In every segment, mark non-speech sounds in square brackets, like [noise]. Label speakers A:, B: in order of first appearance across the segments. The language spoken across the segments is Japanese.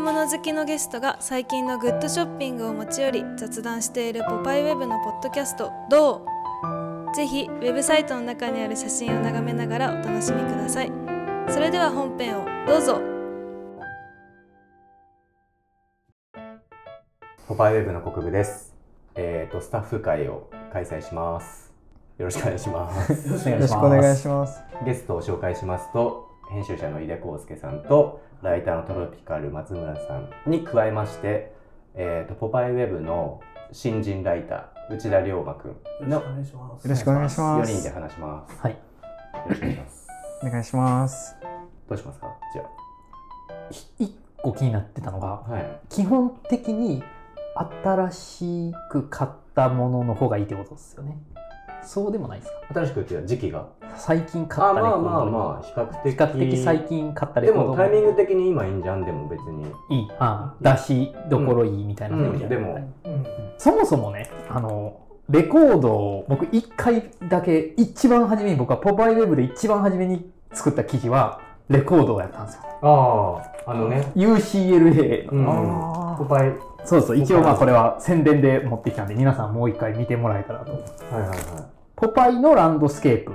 A: 物好きのゲストが最近のグッドショッピングを持ち寄り雑談しているポパイウェブのポッドキャスト「どう?」ぜひウェブサイトの中にある写真を眺めながらお楽しみくださいそれでは本編をどうぞ
B: ポパイウェブの国部です。えっ、と、スタッフ会を開催します。よろしくお願いします。
C: よろし
D: よ
C: くお願い
D: ろ
C: し
D: しくお願
C: ま
D: い
C: す。
D: します。
B: ゲストを紹介しますと、編集者の井出康介さんと、ライターのトロピカル松村さんに加えまして、えっ、と、ポパイウェブの新人ライター、内田龍馬くん
C: よろしくお願いします。
D: よろしくお願いしま
B: 4
D: す
B: 人で話します。
C: はい。
B: よろしくお願いします。
D: お願いします。
B: どうしますかじゃ
C: 一個気になってたのが
B: あ。、はい。
C: 基本的に新しく買ったものの方がいいってことですよね。そうでもないですか。
B: 新しくっていうのは時期が。
C: 最近買
B: あ、
C: ったレ
B: ま
C: コード
B: あまあまあ、比較
C: 比
B: 的。
C: 較的最近買ったレ
B: で
C: コード
B: もタイミング的に今いいんじゃんでも別に。
C: いい。ああ、出しどころいいみたいな雰囲気
B: うんでも
C: そもそもね、あの、レコードを僕一回だけ、一番初めに僕はポパイウェブで一番初めに作った記事は、レコードをやったんですよ。
B: ああ、あのね。
C: UCLA の。
B: うん
D: あ
B: ポパイ
C: そうそう、一応まあこれは宣伝で持ってきたんで、皆さんもう一回見てもらえたらと。
B: はいはいは
C: ポパイのランドスケープ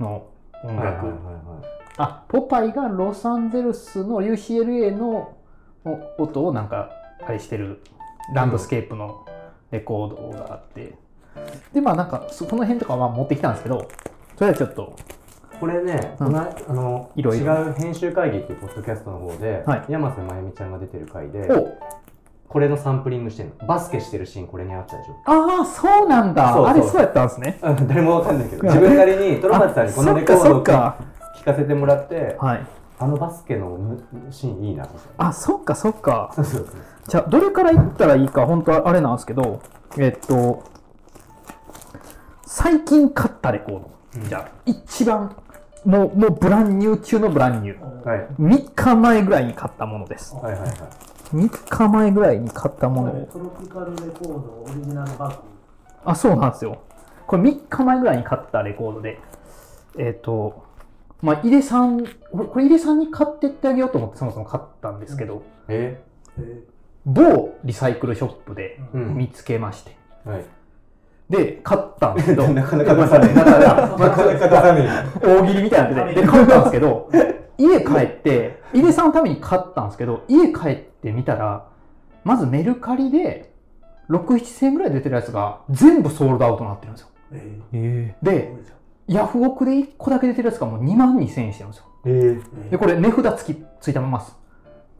C: の音
B: い。
C: 楽。
B: はいはいはいはい。
C: あ、ポパイがロサンゼルスの UCLA のお音をなんか、あれしてるランドスケープのレコードがあって。で、まあなんか、そこの辺とかは持ってきたんですけど、それはちょっと、
B: これね、
C: うん
B: このあの
C: いろいろ
B: 違う編集会議っていうポッドキャストの方で、
C: はい
B: 山瀬まゆみちゃんが出てる回で、
C: お
B: これのサンプリングしてるの。バスケしてるシーンこれにあったでしょ。
C: ああ、そうなんだ
B: そうそう
C: あれそうやったんですね。
B: うん誰もわかんないけど、自分なりにトロマツさんにこのレコード
C: そ
B: を
C: っ
B: 聴
C: か、
B: かせてもらって
C: そっ、か。はい。
B: あのバスケのシーンいいなみたいな。
C: あ、そっか、そっか。
B: そうそうそう。
C: じゃあどれから言ったらいいか本当はあれなんですけどえっと最近買ったレコード、
B: うん
C: じゃあ一番もうもうブランニュー中のブランニュー
B: はい
C: 3日前ぐらいに買ったものです
B: はいはいはい。
C: 3日前ぐらいに買ったものを
E: トロピカルレコードオリジナルバッグ。
C: あそうなんですよこれ3日前ぐらいに買ったレコードでえっ、とまあ井出さんこれこれ井出さんに買ってってあげようと思ってそもそも買ったんですけど
B: え
E: え
C: 某リサイクルショップで
E: う
B: うん
C: 見つけまして、
B: はい。
C: で買ったんですけど
B: [laughs] なかなか出さない。なか [laughs] なか出さ
C: [laughs]
B: ない。
C: 大喜利みたいになってて、で、買ったんですけど、家帰って、井出さんのために買ったんですけど、家帰ってみたら、まずメルカリで、6、7千円ぐらいで出てるやつが、全部ソールドアウトになってるんですよ。
E: え
D: え
C: で、ヤフオクで1個だけ出てるやつがもう2万2千円してるんですよ。
B: えー、
C: で、これ値札付き、ついたままです。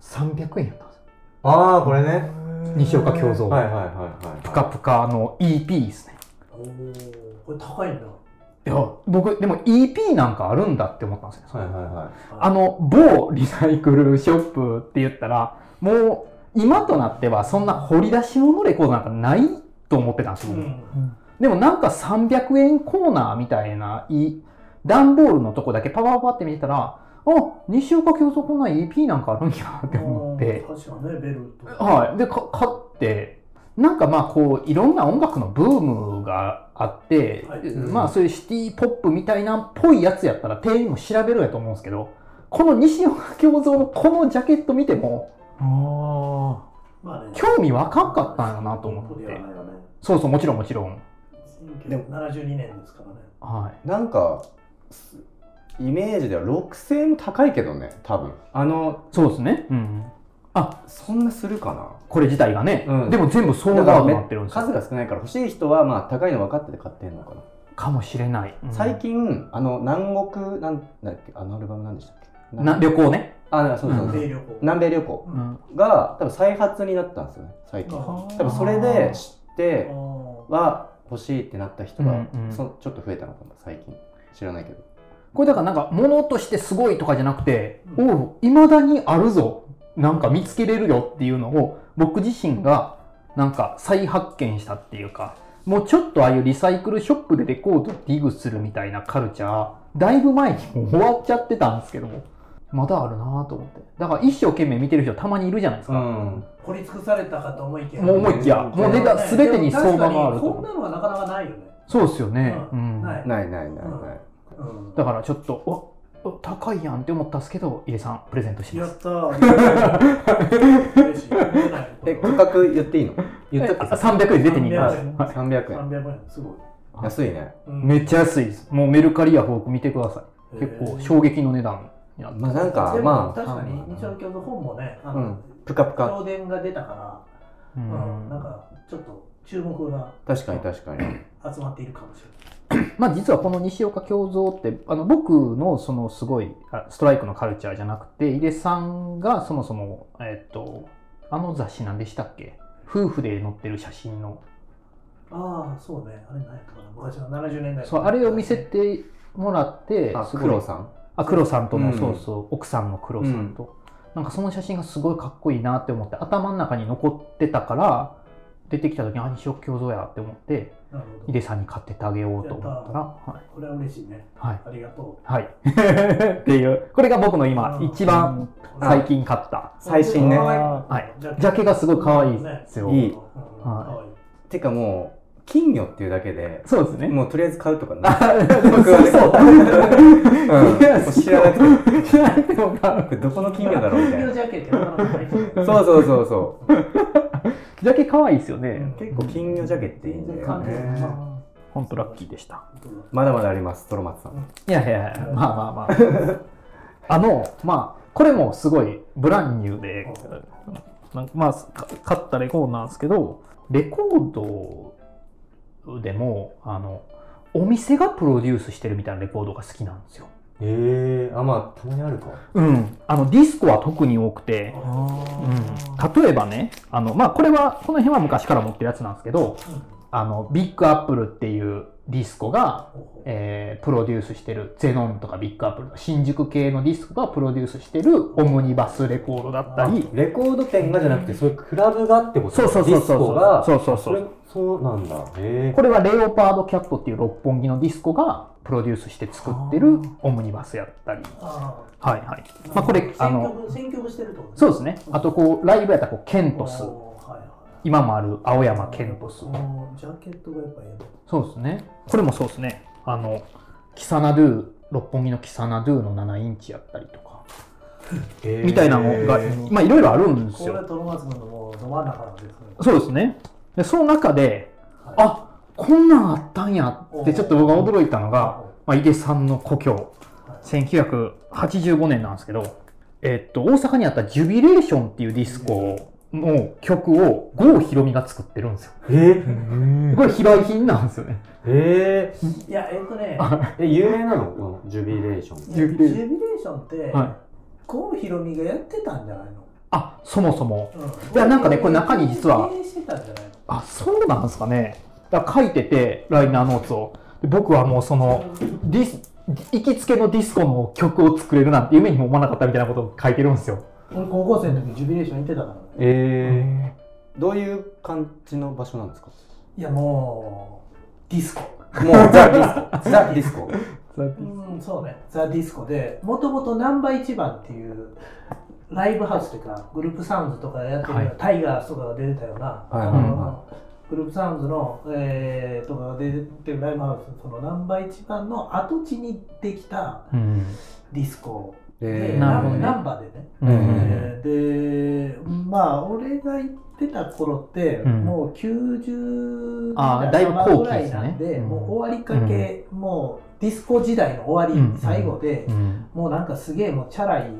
C: 300円やったんですよ。
B: ああ、これね。
C: 西岡京三。
B: はいはいはいはい。
C: ぷかぷかの EP ですね。
E: おおー、これ高いんだ。
C: いや、僕、でも EP なんかあるんだって思ったんですよ。
B: はいはいはい。
C: あの某リサイクルショップって言ったらもう今となってはそんな掘り出し用のレコードなんかないと思ってたんですよ、
E: うん。
C: でもなんか300円コーナーみたいない段ボールのとこだけパパパパって見てたらあ西岡京三こんな EP なんかあるんやって思って、
E: 確かね、ベルと。
C: はい、でか買ってなんかまあこういろんな音楽のブームがあって、
E: はい
C: まあそういうシティポップみたいなっぽいやつやったら店員も調べるやと思うんですけどこの西岡京三のこのジャケット見ても
D: あ
E: まあね。
C: 興味わかんかったんやなと思っ
E: では
C: て
E: ないよね。
C: そうそうもちろんもちろん
E: 1972年ですからね。
C: は
B: なんかイメージでは6000円も高いけどね多分あの
C: いそうですねうん
B: そんなするか
C: これ自体がね、
B: うん
C: でも全部ソールドアウトになってるんですよ
B: 数が少ないから欲しい人はまあ高いの分かってて買ってんのかな、
C: かもしれない、うん
B: 最近あの南国なんだっけあのアルバムなんでしたっけ
C: な旅行ね、
B: あなそうそうそう、
E: 米旅行。
B: 南米旅行
E: う
C: うんん、
B: が多分再発になったんですよね最近
E: あ
B: 多分それで知って
E: ー
B: は欲しいってなった人が、
C: うんうん
B: そちょっと増えたのかも最近知らないけど
C: これだからなんか物としてすごいとかじゃなくて、
E: う
C: おういまだにあるぞなんか見つけれるよっていうのを僕自身がなんか再発見したっていうかもうちょっとああいうリサイクルショップでレコードディグするみたいなカルチャーだいぶ前にもう終わっちゃってたんですけどもまだあるなぁと思ってだから一生懸命見てる人たまにいるじゃないですか、
B: ん
E: 掘り尽くされたかと思いきや。
C: もう思いっきや
B: うん
C: もう値段全てに相場がある
E: でも確かにこん
C: と
E: なのはなかなかないよね。
C: そうですよね、
E: う
C: うんん
E: ない。
B: ないないないない、
E: うん
C: だからちょっとお高いやんって思ったんですけど井出さんプレゼントし
E: や
C: ま
E: っ
C: す
E: たー。嬉しい。出ない
B: え、価
C: [laughs]
B: 格言っていい [laughs] の言ったっけ
C: あ300円出てみます
E: 300円
C: はい
B: 三百円。
E: 三百円すごい。
B: 安いね。
E: うん
C: めっちゃ安いですもうメルカリやフォーク見てください
E: へー
C: 結構衝撃の値段になって
B: まあなんか
E: で、も
B: まあ、
E: 確かに日曜の教の本もね、あ
B: う
E: の
B: ん、ぷかぷか。
E: 評伝が出たか
C: う
E: ら、うん
C: ん
E: なんかちょっと注目が
B: 確かに確かに。
E: 集まっているかもしれない。
C: まあ、実はこの西岡京三ってあの僕のそのすごいあストライクのカルチャーじゃなくて井出さんがそもそも、えっとあの雑誌何でしたっけ夫婦で載ってる写真の
E: ああ、そうね。あれ何やったかな。昔の70年代
C: そうあれを見せてもらって
B: あ、
C: すごい
B: 黒さん
C: あ黒さんとの、
B: うん
C: そうそう奥さんの黒さんと、なんかその写真がすごいかっこいいなって思って頭の中に残ってたから出てきた時にあ西岡京三やって思って
E: なるほ
C: 井
E: ど。
C: 出さんに買ってってあげようと思ったらはい
E: これは嬉しいね。
C: はい
E: ありがと
C: はい。っていう、 [laughs] これが僕の
E: う。
C: 今
E: う、ん
C: 一番
E: うん
C: 最近買った。
B: 最新ね。
E: あー
C: はいジャケがすごい可愛いですよ。
B: いい
E: うん可愛い
B: てかもう、金魚っていうだけで、
C: そうです [laughs] ね。
B: もうとりあえず買うとかな。
C: 僕
B: はね
C: [laughs]
B: うん
C: いや
B: もう知らなくて、
C: そう。知らなくても買う
B: これどこの金魚だろうみたい
E: 金魚
B: な。
E: ジャケってなかなかないですよね
B: そうそうそうそ
C: ジャケ可愛いですよね
E: ん。
B: う。結構金魚ジャケっていいんだよ
E: 関係ない
B: ね。
E: な
C: 本当ラッキーでした。
B: まだまだあります、トロマツさん。
C: いやいやいや、まあまあま [laughs] あ。あの、まあ、これもすごいブランニューで、なんかまあ、か買ったレコードなんですけど、レコードでも、あの、お店がプロデュースしてるみたいなレコードが好きなんですよ。
B: ええ、あ、まあ、たまにあるか。
C: うん、あのディスコは特に多くて、うん、例えばねあの、まあ、これはこの辺は昔から持ってるやつなんですけどあのビッグアップルっていうディスコが、えープロデュースしてるゼノンとかビッグアップルの新宿系のディスコがプロデュースしてるオムニバスレコードだったり
B: レコード店がじゃなくて、そういうクラブがってこと
C: そうそうそう
B: ディスコ
C: そう
B: が、
C: そうそう
B: そ
C: そう
B: れそうなんだ。ええ。
C: これはレオパードキャットっていう六本木のディスコがプロデュースして作ってるオムニバスやったり
E: あ
C: はいはい
E: ー
C: まあこれあの
E: 選曲選曲してるってこと
C: そうですねあとこうライブやったらこうケントス
E: おーはいはい
C: 今もある青山健トス
E: このジャケットがやっぱやばい
C: そうですねこれもそうですねあのキサナドゥ六本木のキサナドゥの7インチやったりとか
B: えー
C: みたいなのがまあいろいろあるんです
E: これは
C: よ
E: トロマツのもうど真ん中なんですね
C: そうですねでその中で
E: はい
C: あこんなんあったんやってちょっと僕が驚いたのが、まあ、井出さんの故郷1985年なんですけど、えっと大阪にあったジュビレーションっていうディスコの曲を郷ひろみが作ってるんですよ
B: え
C: [laughs] これ非売品なんですよね
B: ーえー
E: いやえっとね
B: え、有名なのこのジュビレーション。
E: ジ
C: ジ
E: ュ
C: ュ
E: ビ
C: ビ
E: レ
C: レ
E: ーションって
C: は
E: 郷ひろみがやってたんじゃないの
C: あそもそも
E: うん
C: いやなんかねこれ中に実は
E: 経営してたんじゃないの
C: あそうなんですかねだから書いててライナーノーツをで僕はもうそのディス行きつけのディスコの曲を作れるなんて夢にも思わなかったみたいなことを書いてるんですよ
E: 俺高校生の時ジュビレーション行ってたからね
B: えー、どういう感じの場所なんですか
E: いやもうディスコ
B: もうザ・ディスコ。ザ・ディスコ。
E: うんそうねザ・ディスコでもともと難波一番っていうライブハウスというかグループサウンズとかやってるような、
C: は
E: タイガースとかが出てたような、
B: はいはい
E: あの
B: は
E: グループサウンズの、えーとかが出てるライブハウスその難波一番の跡地にできた
C: うん
E: ディスコ
B: え
E: で、
B: ー、
C: なるほどね
E: 難波でね、
C: うん
E: えーでまあ俺が行ってた頃って、
C: うん
E: もう90
C: あー
E: 年
C: だい
E: 代
C: ぶ
E: 半ば
C: 後
E: ぐ
C: 期
E: ら
C: で
E: い
C: す
E: な
C: ね
E: んで、
C: うん
E: もう終わりかけ、もうディスコ時代の終わり、
C: うん
E: 最後で、
C: うん
E: もうなんかすげえもうチャラい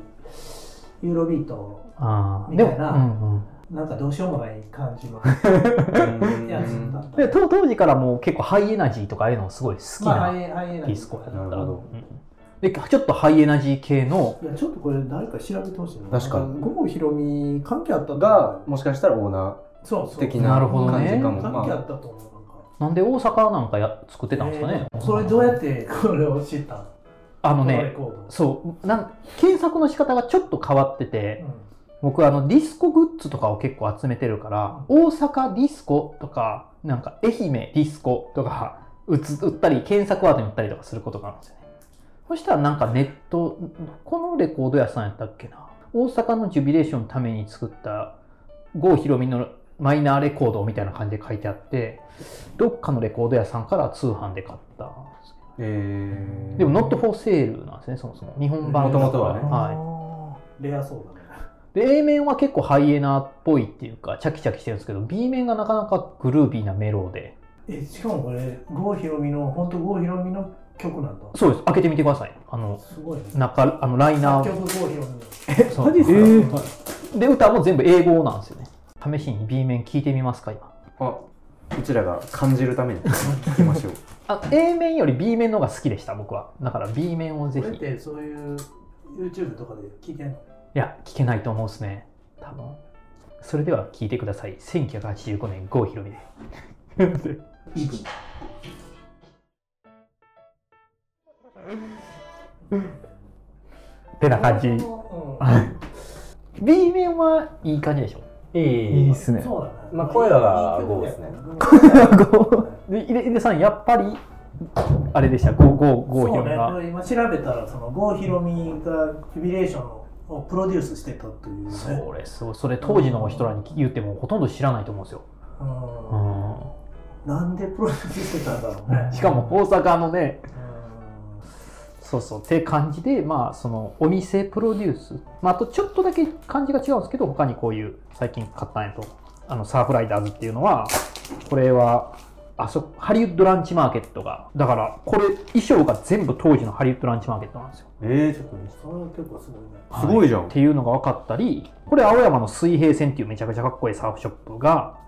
E: ユーロビート
C: あー
E: みたいな
C: うんうん
E: なんかどうしようもない感じの
B: うん
E: やつだった
C: で当当時からもう結構ハイエナジーとかああいうのすごい好き
E: ま
C: な
E: あハ
C: デ
E: イエハイエナ
C: ィスコやった、
B: なるほど
C: うんでちょっとハイエナジー系の
E: いやちょっとこれ誰か調べてほしいな
B: 確かに
E: なん郷ひろみ関係あったんだ
B: が、もしかしたらオーナ
E: そうそう
B: ー的
C: な
B: な
C: るほど
B: 感
C: ね
B: じかも。
E: 関係あ
B: ま
E: ったと思うなんか
C: なんで大阪なんかや作ってたんですかね、
E: えーそれどうやってこれを知ったの
C: あの
E: このレ
C: ね
E: コード
C: そうなん検索の仕方がちょっと変わってて、
E: う
C: 僕あのディスコグッズとかを結構集めてるから、大阪ディスコとかなんか愛媛ディスコとか打つ売ったり検索ワードに打ったりとかすることがあるんですよねそしたらなんかネットどこのレコード屋さんやったっけな大阪のジュビレーションのために作った郷ひろみのマイナーレコードみたいな感じで書いてあってどっかのレコード屋さんから通販で買ったんですけど
B: えー、
C: でも、Not for Sale なんですね、そもそも。日本版
B: 元々はね
C: は
E: レアそうだね。
C: い。で、A 面は結構ハイエナっぽいっていうか、チャキチャキしてるんですけど、B 面がなかなかグルービーなメローで。
E: え、しかもこれ、郷ひろみの、本当郷ひろみの曲なんだ。
C: そうです、開けてみてください。あの、
E: すごいね。
C: 中、あの、ライナ
E: 作
C: ー
E: 曲郷ひろみの。
C: そう
E: マジっすか、
D: えー
E: はい
C: で、歌も全部英語なんですよね。試しに B 面聞いてみますか、今。
B: あうちらが感じるために聞きましょう
C: あ A 面より B 面の方が好きでした、僕は。だから B 面をぜ
E: これ
C: ひ。
E: っ
C: い
E: てそういう YouTube とかで聞いてんの
C: や、聞けないと思うっすね。多分。それでは聞いてください。1985年、郷ひろみで。ってな感じ。
E: うん、
C: B 面はいい感じでしょ。
B: い
D: いい
B: い
D: っすね。
E: そうだね。
B: まあ声は郷ですね
C: ゴーで、井出さん、やっぱり、あれでした、ゴーゴーゴーひ
E: そ
C: ろ
E: う
C: み
E: ね
C: が。、
E: 今調べたら、その郷ひろみがフィビレーションをプロデュースしてたというね。
C: それ、そう、それ当時の人らに言ってもほとんど知らないと思うんですよ。
E: う。
C: うん
E: なんでプロデュースしてたんだろうね
C: ん。しかも大阪のね、
E: うん
C: そうそうって感じでまあそのお店プロデュース、まあ、あとちょっとだけ感じが違うんですけど他にこういう最近買ったんやとあのサーフライダーズっていうのはこれはあそハリウッドランチマーケットがだからこれ衣装が全部当時のハリウッドランチマーケットなんですよ
B: えー、ちょっと
E: それは結構すごいね。
B: すごいじゃん、
C: っていうのが分かったりこれ青山の水平線っていうめちゃくちゃかっこいいサーフショップが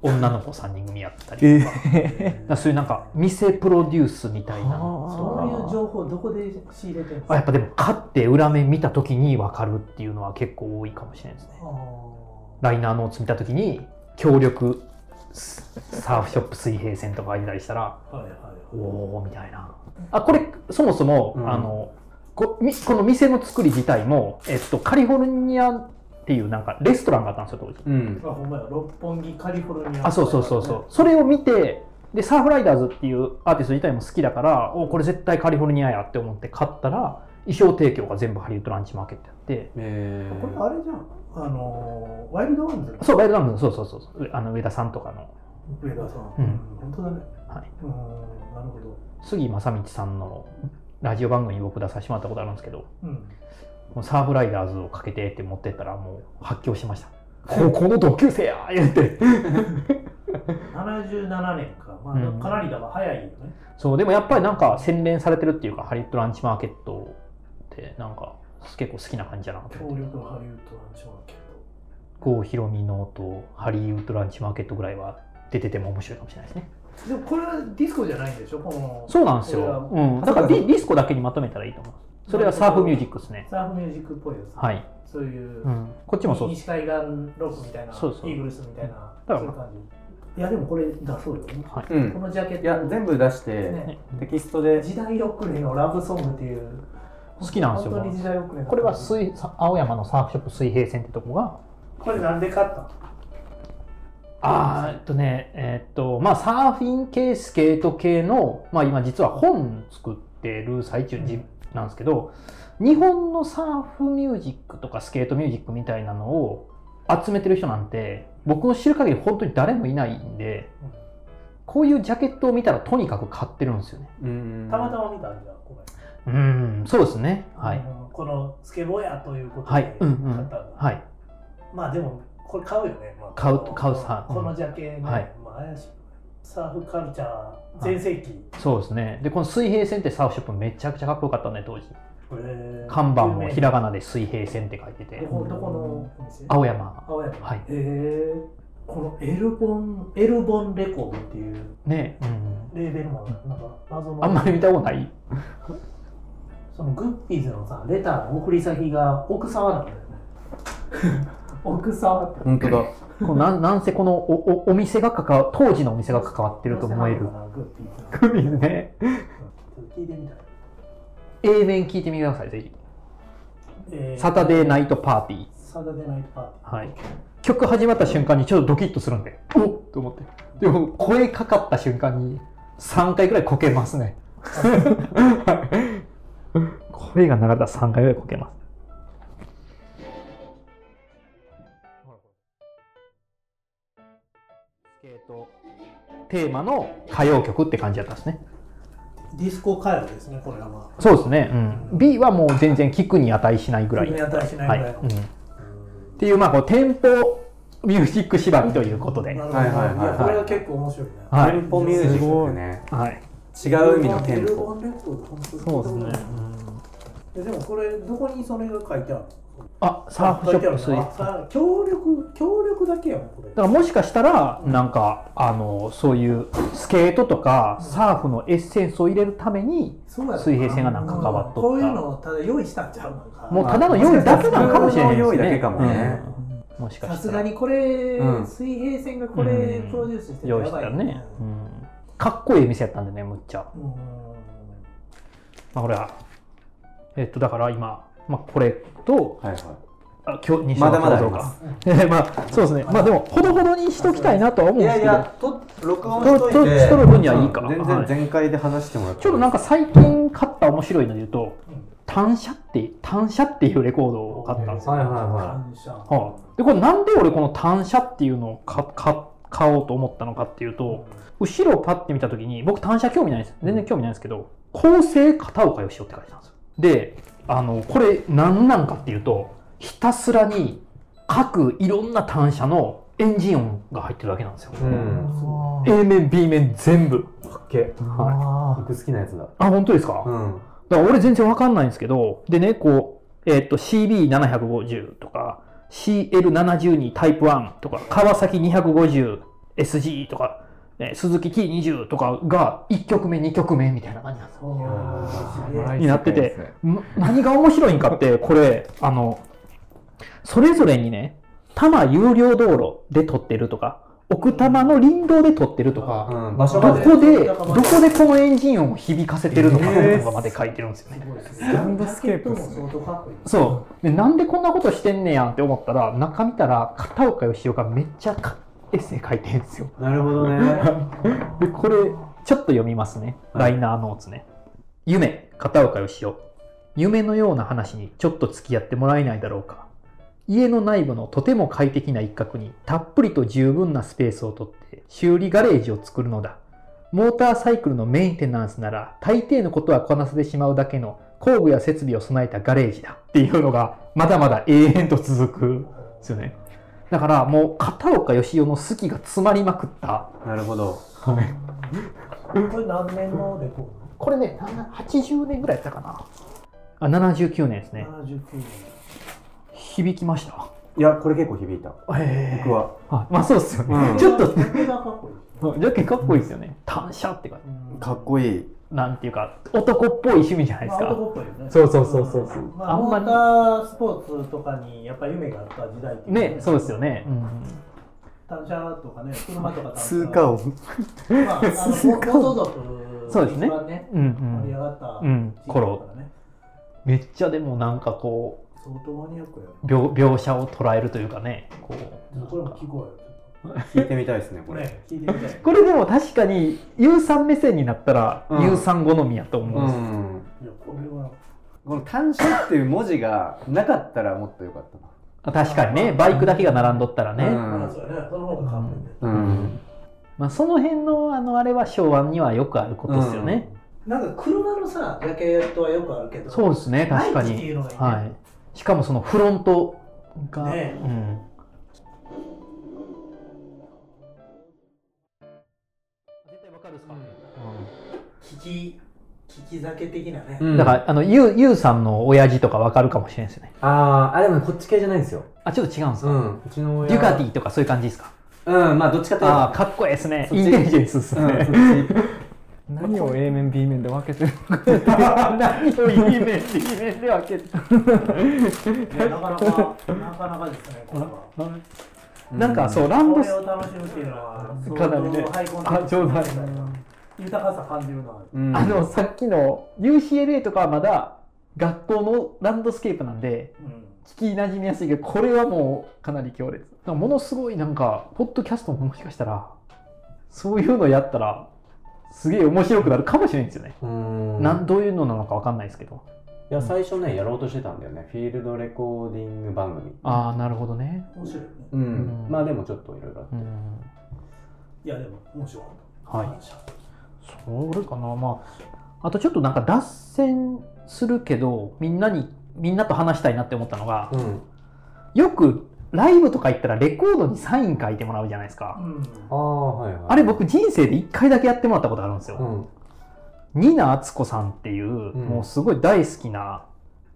C: 女の子3人組やったり
D: え
E: うん
C: だからそういうなんか店プロデュースみたいな
E: そういう
D: ー。
E: 情報、どこで仕入れてるんです
C: あ
E: か
C: やっぱでも買って裏面見た時に分かるっていうのは結構多いかもしれないですね
E: あー
C: ライナーノーツ見た時に強力サーフショップ水平線とか入れたりしたら
E: はいはいはい。
C: おおみたいなあこれそもそも、
B: うん
C: あのこみこの店の作り自体も、えっと、カリフォルニアっていうなんかレストランがあったんですよ当時
B: うん
E: あ、ほんまや、六本木カリフォルニア。
C: あそうそうそうそう、それを見てでサーフライダーズっていうアーティスト自体も好きだからおーこれ絶対カリフォルニアやって思って買ったら衣装提供が全部ハリウッドランチマーケットやって
B: え
E: これあれじゃん、あのー、ワイルドワンズの
C: そうワイルドランドそうそうそうそうあの上田さんとかの
E: 上田さん。
C: うん
E: 本当だね。
C: はい。
E: うーん、なるほど。
C: 杉正道さんのラジオ番組に僕出させてもらったことあるんですけど
E: うん。
C: もうサーフライダーズをかけてって持ってったらもう発狂しましたここの同級生やー言って
E: 77年か。まあ、
C: うん
E: かなりだわ、早いよね。
C: そうでもやっぱりなんか洗練されてるっていうかハリウッドランチマーケットってなんか結構好きな感じだなと
E: 強
C: 思って
E: 力ハリウッドなんでしょうけ
C: 郷ひろみのとハリウッドランチマーケットぐらいは出てても面白いかもしれないですね
E: ど。でもこれはディスコじゃないんでしょこの
C: そうなんです
E: これは
C: よ、うん、だからディディスコだけにまとめたらいいと思うそれはサーフミュージックですね
E: サーフミュージックっぽいやつ。
C: はい、
E: そういう、
C: うん、こっちもそうです
E: 西海岸ロックみたいな、
C: そうそう
E: イーグルスみたいな、
C: だから
E: そういう感じ。いや、でもこれ出そうよ。
B: う
E: こ
B: ん
E: のジャケット。
B: いや全部出して、
E: ね
B: テキストで
E: 時代遅れのラブソングっていう
C: 好きなんですよ
E: 本当に時代遅れの
C: これは水さ青山のサーフショップ水平線ってとこが
E: これなんで買ったの
C: あーえっとねえっとまあサーフィン系スケート系の、まあ、今実は本作ってる最中じなんですけど日本のサーフミュージックとかスケートミュージックみたいなのを集めてる人なんて僕の知る限り本当に誰もいないんでこういうジャケットを見たらとにかく買ってるんですよね
B: うん
E: たまたま見たんじゃこれ
C: うんそうですねはい、
E: うんこのスケボーやということ
C: は
E: で
C: い
E: 買った
C: うんん
E: だ、
C: うんはい
E: まあでもこれ買うよね、まあ、
C: 買う
E: この
C: 買うさ
E: このジャケね、
C: はい
E: まあ怪しいサーフカルチャー全盛期、
C: そうですねでこの水平線ってサーフショップめちゃくちゃかっこよかったんで当時
E: えー
C: 看板もひら
E: 有
C: がなで水平線って書いて
E: 名
C: て
E: どこどこのお店
C: 青山
E: 青山
C: はい
E: えーこのエルボンエルボンレコードっていう
C: ね、うん、
E: レーベルもなんか謎の
C: あんまり見たことない
E: そのグッピーズのさレターの送り先が奥沢なんだよね奥沢って
B: 本当だ
C: この
E: [laughs]
C: なんなんせこのおおお店が関わ当時のお店が関わってると思える
E: どうせあのかなグッピーズ
C: グ
E: の
C: ミ [laughs]
E: [laughs]
C: ね
E: ちょっと聞いてみたい
C: A 面聞いてみてくださいぜひ、
E: え
C: サタデーナイトパーティー
E: サタデーナイトパーテ
C: はい曲始まった瞬間にちょっとドキッとするんでおっと思ってでも声かかった瞬間に3回ぐらいこけます [laughs] ね声が流れたら3回ぐらいこけますスケートテーマの歌謡曲って感じだったんですね
E: ディスコ回路ですね、これはまあ。
C: そうですね、うん B はもう全然聞くに値しないぐらい
E: 国に値しな
C: はいい
E: ぐらいの。
C: うん、っていうまあこうテンポミュージック縛りということで、
E: なるほど
B: はいはいはいはい
E: いやこれは結構面白いね。
C: はい
B: テンポミュージックね
C: はい、
B: 違う意味のテンポ
E: ルボンレコード本当に
C: そうですね、
E: えでもこれどこにそれが書いてあるの
C: あサーフショップスイーツ
E: あさ協力協力だけやもんこれ
C: だからもしかしたらなんかあのそういうスケートとかサーフのエッセンスを入れるために
E: そうやろな
C: 水平線がなんか関わっとった
E: こういうのをただ用意したんちゃうなんか
C: もうただの用意だけなのかもしれないです
B: 普通の用意
C: ね
B: だけかもね
C: うんもしか
E: さ
C: し
E: す
C: た
E: が
C: ら
E: にこれ、
B: うん
E: 水平線がこれ
C: うん
E: プロデュースして
C: 用意したらね、うん、かっこいい店やったんでねむっちゃ、
E: うん
C: まあ、これはえっとだから今、まあ、これと
B: はいはい
C: あ今日西
B: ま
C: 山
B: だまだあり
C: か
B: ます
C: えー [laughs] まあそうですね、まあでも、ほどほどにしときたいなとは思うん
B: い
C: です
B: や
C: け
B: い
C: ど、
B: やと録音し
C: と
B: とい
C: と
B: て
C: しとる分にはいいか
B: 全
C: は
B: 然
C: い
B: 全開で話してもらって
C: ちょっとなんか最近買った面白いので言うと、単車って、単車っていうレコードを買ったんですよ。
B: はいはいは
E: 感謝
C: はいで、これなんで俺この単車っていうのをかか買おうと思ったのかっていうと、後ろをパッて見た時に、僕単車興味ないんです。全然興味ないんですけど、構成片岡義雄って書いてたんですよ。で、あの、これ何なんかっていうと、ひたすらに各いろんな単車のエンジン音が入ってるわけなんですよ。
B: いうん
E: そ
C: A 面 B 面全部
B: かっけ
D: あ
B: 僕好きなやつだ
C: あ本当ですか、
B: う
C: だか
B: ん
C: ら俺全然わかんないんですけどでねこうえっと CB750 とか CL72 タイプ1とか川崎 250SG とか、ね、鈴木 T20 とかが1曲目2曲目みたいな感じなんですよ
E: うおーすげえ
D: ー
C: になってて
D: ナイスですね
C: ん何が面白いんかってこれあのそれぞれにね多摩有料道路で撮ってるとか奥多摩の林道で撮ってるとか
B: うん場所
C: ど
B: ま
C: こ
B: で
C: で、どこでこのエンジン音を響かせてるのかっていうのがまで書いてるんですよね。
E: ラ
D: ンドスケープっ
E: も
D: すね
E: 相当かっこいい
C: そう。で、なんでこんなことしてんねやんって思ったら、中見たら、片岡義雄がめっちゃかエッセイ書いてるんですよ。
B: なるほどね
C: で、これ、ちょっと読みますね。ライナーノーツね。夢、片岡義雄。夢のような話にちょっと付き合ってもらえないだろうか。家の内部のとても快適な一角にたっぷりと十分なスペースを取って修理ガレージを作るのだ。モーターサイクルのメンテナンスなら大抵のことはこなせてしまうだけの工具や設備を備えたガレージだっていうのがまだまだ永遠と続くんですよね。だからもう片岡義雄の好きが詰まりまくった。
B: なるほど
E: これ何年のレコード
C: これね、なんだ80年ぐらいやったかな。あ、79年ですね。
E: 79年
C: 響きました。
B: いやこれ結構響いた
C: え
B: 僕は
C: はい、まあそうっすよね。
B: うん
C: ちょっと、
E: これがかっこいい
C: ジャケかっこいいですよね。単車ってか、
E: うん
B: かっこいい
C: なんていうか、男っぽい趣味じゃないです
E: まあ、
C: か。
E: 男っぽいよね
C: そうそうそうそうそう
E: まあ、
C: あん
E: モ
C: ま
E: ー
C: り
E: タースポーツとかにやっぱり夢があった時代ってい
C: ね、そうですよね。
E: 単車とかね車とか単車
D: 通過音
E: まああの
D: 通過
E: 暴走族
C: そうですね
E: 一番ね
C: うん。うん
E: 盛り
C: うん
E: 上がった
C: うん
E: 時期だからね
C: めっちゃでもなんかこ
E: 相当マニアックやよ
C: う描描写を捉えるというかねこう
E: これも聞こうよ
B: 聞いてみたいですね
E: ちょ
B: こ
E: っと
B: れ
E: ね聞いてみたい
C: これでも確かに U さん目線になったら
B: うん
C: U さん好みやと思うんですよ、
B: ん
E: いやこれは
B: この単車っていう文字がなかったらもっとよかったな
C: あ確かにねバイクだけが並んどったらね、
B: うん
E: まあそうやねその方が完璧ね
B: うん
C: まあ、その辺のあのあれは昭和にはよくあることですよね、
E: なんか車のさジャケットはよくあるけど
C: そうですね確か
E: ナイキってい
C: に、
E: うのがいいね
C: はい、しかもそのフロントが、
E: ね
C: うん、絶対わかるっすか、
E: 聞き聞き酒的なね
B: うん
C: だからあのゆうゆうさんの親父とかわかるかもしれないですよね
B: あーあでもこっち系じゃないんですよ
C: あちょっと違うんですか、
B: うんうちの親
C: デュカティとかそういう感じですか
B: うんまあどっちかというと
C: ああかっこいいですね
B: そっ
C: イ
B: ち
C: ンテリジェンスです
B: うん
C: ね、
B: そっち
D: 何を A 面 B 面で分けてるのか
C: 何をいい面でいい面で分けて
E: いやなかなかなかなかですねこれは
C: なんかそううラン
E: こ
C: ド
E: れ
C: ス
E: を楽しむっていうのは
C: かなりね
E: 相当ハイコンテ
C: あ
E: クス
C: ちょうど
E: 豊かさ感じるな
B: うん
C: あのさっきの UCLA とかはまだ学校のランドスケープなんで
E: うん
C: 聞きなじみやすいけどこれはもうかなり強烈なんかものすごいなんかポッドキャストももしかしたらそういうのやったらすげえ面白くなるかもしれないんですよね、
B: うん
C: なんどういうのなのかわかんないですけど
B: いや最初ねやろうとしてたんだよねフィールドレコーディング番組
C: ああなるほどね
E: 面白いよね
B: うん、
C: うん
B: まあでもちょっといろいろあって
C: うん
E: いやでも面白かっ
C: はい
E: た
C: それかなまああとちょっとなんか脱線するけどみんなにみんなと話したいなって思ったのが
B: うん
C: よくライブとか行ったらレコードにサイン書いてもらうじゃないですか、
E: うん
B: ああはいはい
C: あれ僕人生で1回だけやってもらったことあるんですよ、
B: うん
C: ニナアツコさんっていう、
B: ん
C: もうすごい大好きな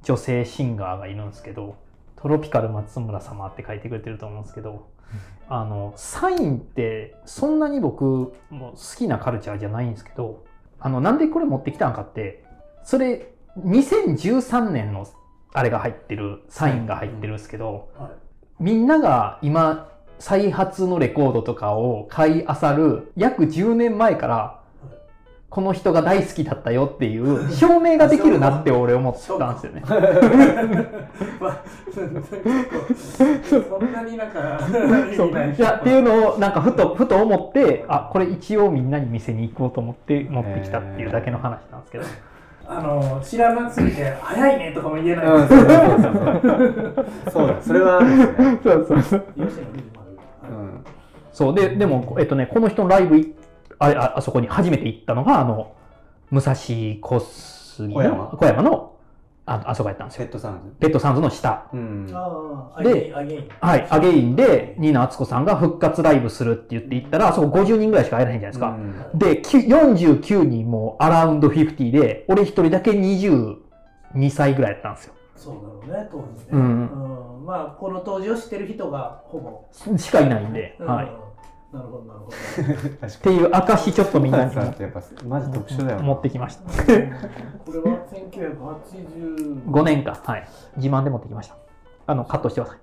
C: 女性シンガーがいるんですけど「トロピカル松村様」って書いてくれてると思うんですけど、あのサインってそんなに僕もう好きなカルチャーじゃないんですけどあのなんでこれ持ってきたんかってそれ2013年のあれが入ってるサインが入ってるんですけど、
E: うんはい
C: みんなが今再発のレコードとかを買い漁る約10年前からこの人が大好きだったよって [laughs] いう証明ができるなって俺思ったんですよね。
E: まあそんなになんか
C: そう
E: 意味ない
C: いやっていうのをなんかふとふと思ってあこれ一応みんなに店に行こうと思って持ってきたっていうだけの話なんです [laughs] けど、
E: あの知らなすぎて早いねとかも言えない、
B: うん、そうそうそうそうそう [laughs] だそれはあるんですね、
C: そうそうそう
E: 吉野美智丸
B: うん、
C: そうででも、えっとね、この人のライブいあああそこに初めて行ったのがあの武蔵小杉の
B: 小山
C: 小山のああそこやったんです
B: セ
C: よ
B: ットサン
C: ペットサンズの下
B: ズうん
E: ああ
C: で
E: アゲイン
C: はい、アゲインで、ニーナ・アツコさんが復活ライブするって言って行ったら、あそこ50人ぐらいしか入らへんじゃないです
B: う
C: か。
B: ん
C: で、きゅ49人もうアラウンド50で、俺一人だけ22歳ぐらいやったんですよ。
E: そうだろうね当時ね、
C: うん
E: うんまあこの当時を知ってる人がほぼ、
C: しかいないんで、
E: うん
C: はい。っ
E: なるほどな
C: [laughs]
E: るほど
B: 確かに
C: ていう証ちょっとみんなに
B: さんってやっぱマジ特殊だよな
C: 持ってきました。
E: これは1985
C: 5年か、はい。自慢で持ってきました。あの、カットしてくださ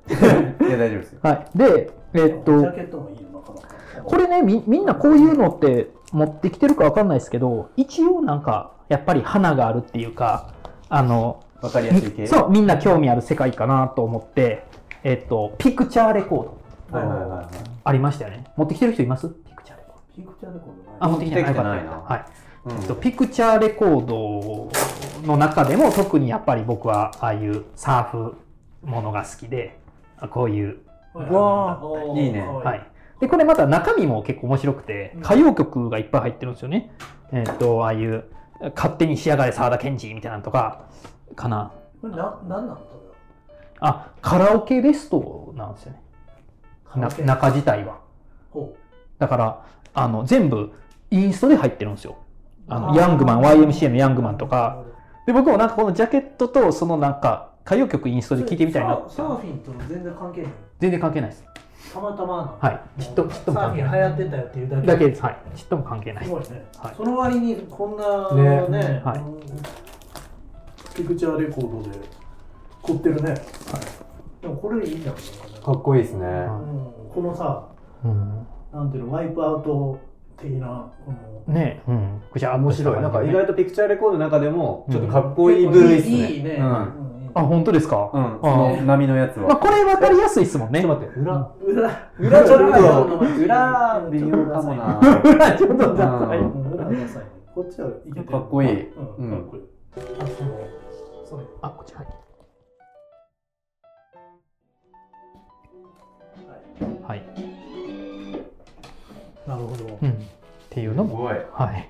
C: い。
B: いや大丈夫ですよ
C: はい。で、えっ
E: ジャ
C: と、
E: ケットもいいよなかなか
C: これねみ、みんなこういうのって持ってきてるかわかんないですけど、一応なんか、やっぱり花があるっていうか、あの、
B: わかりやすい系
C: そうみんな興味ある世界かなと思って、えっと、ピクチャーレコード
B: はいはいはいはい
C: ありましたよね持ってきてる人いますピクチャーレコード
E: ピンクチャーでこの前
C: あ持ってきてない
B: 持ってきてない
C: よ
B: な
C: かったはい
B: うん
C: えっとピクチャーレコードの中でも特にやっぱり僕はああいうサーフものが好きであこういう
E: はい
B: わ
E: お
B: いいね
E: かわ
C: はいでこれまた中身も結構面白くて歌謡曲がいっぱい入ってるんですよね、えっとああいう「勝手に仕上がれ沢田研二」みたいなのとかかな
E: これななんなんだろう
C: あカラオケベストなんですよねな中自体は
E: ほ
C: だからあの全部インストで入ってるんですよ
E: う
C: あのヤングマン YMCA のヤングマンとか
E: な
C: で僕もなんかこのジャケットとそのなんか歌謡曲インストで
E: るほど
C: 聴いてみたいな
E: サーサーフィンと全然関係ない
C: 全然関係ないです
E: たまたまな
C: はいちっとちっと
E: サ
C: も関
E: ーフ
C: 係
E: ィン
C: な
E: 流
C: い
E: 行ってたよっていうだけ
C: だけですはいちっとも関係ない
E: すごいね、
C: はい
E: その割にこんなね
D: ね
C: はい
E: うんピクチャーレコードで凝ってるね、でもこれいいじゃん、
B: かっこいいですね
E: うん、このさ
C: うん
E: なんていうのワイプアウト的なこの
C: ねえうんくしゃっと
B: 面
C: した
B: 白いなん
C: 感
B: か
C: じ
B: 意
C: ね
B: 外とピクチャーレコードの中でも
C: うん
B: ちょっとかっこいい部類っすね
E: いいね、
B: う
E: うん
B: ん
E: うん
C: あ本当ですか、
B: う
C: あ
B: んその波のやつ
C: まあ、
B: は
C: これ分かりやすいですもん
B: ちょっ
C: ね
B: と待って裏
E: 裏
B: 裏ちょっ
E: 裏
B: と裏微妙かもな
C: 裏ちょっとダサい
B: うん
E: うん裏ダサいねこっちはいけてる
B: かっこいい
E: うん、かっこいいあそのそれ
C: あこっちはいはい、
E: なるほど
C: うん、っていうのも
B: ごい
C: はい。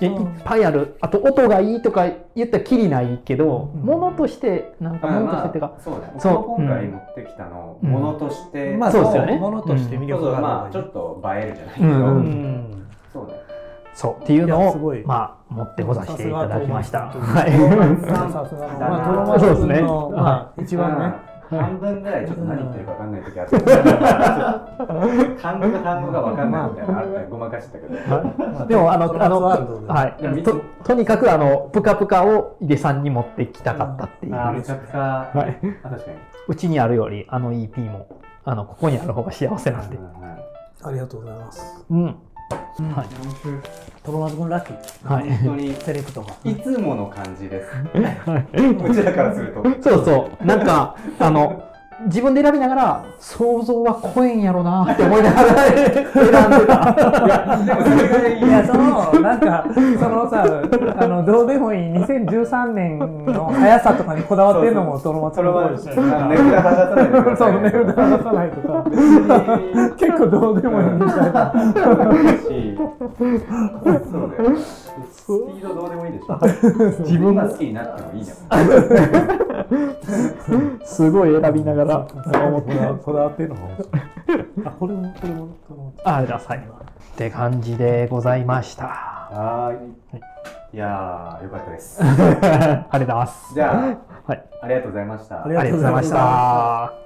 C: いやいっぱいある。あと音がいいとか言ったらきりないけど、
D: うん
C: ものとしてなんか
B: まあ
C: ものと
B: ま
C: して
B: あ
C: ってか、
B: そうね
C: そう
B: 僕も今回持ってきたの
C: うん
B: ものとして
D: まあ
C: そうですよね
D: ものとして魅
B: そう
D: 力
B: そう
D: がある
B: まあちょっと映えるじゃないけ
C: う
B: ど
C: ん
D: うん
B: そうね
C: そうっていう
D: い
C: の
D: やす
C: を
D: ごい
C: まあ持ってこさせていただきました。
D: さす
C: は
D: さ
C: い。
D: すがの
B: だな
D: まあトロマツ
C: そうです
D: 君
C: ね
D: のまあ一番ね
B: うん半分ぐらいちょっと何言ってるか分かんない時あった単語が単語が分かんないみたいなのあったごまかしてたけど
D: まあ
C: でもあ
E: ト
C: の
E: ロ
C: あ
E: マツ
C: の
E: ワールドで
B: でも
C: はい
B: いつ
C: と
B: も
C: とにかくあのプカプカを井出さんに持ってきたかったっていう。
B: あーめちゃくちゃ
C: はい。
B: あ確かに
C: うちにあるよりあの EP もあのここにある方が幸せなんで。
E: ありがとうございます
C: うん。はい
D: トロマツ君ラッキー
C: はい。
B: 本当に
D: セレクトが
B: いつもの感じです。うちらからすると。
C: そうそう、なんか、あの、自分で選びながら想像は怖えんやろなって思いながら選んでた。
D: いやそのなんかそのさあのどうでもいい2013年の速さとかにこだわってるのもトロマツの方ですよね
B: 値札剥がさないでくださいね
D: そう値札出さないとか結構どうでもいいみたいな
B: そうだよ。スピードどうでもいいでしょ。自分が好きになってもいいじゃん。
C: すごい選びながら思ってた。
D: こだわってるのもあこれもこれもトロマツ
C: あ、ダサいわ。って感じでございました。 [laughs]
B: はーい。いやー、よかったです。
C: ありがとうございます。
B: じゃあ、
C: はい
B: ありがとうございました。
D: ありがとうございました
C: ありがとうございました。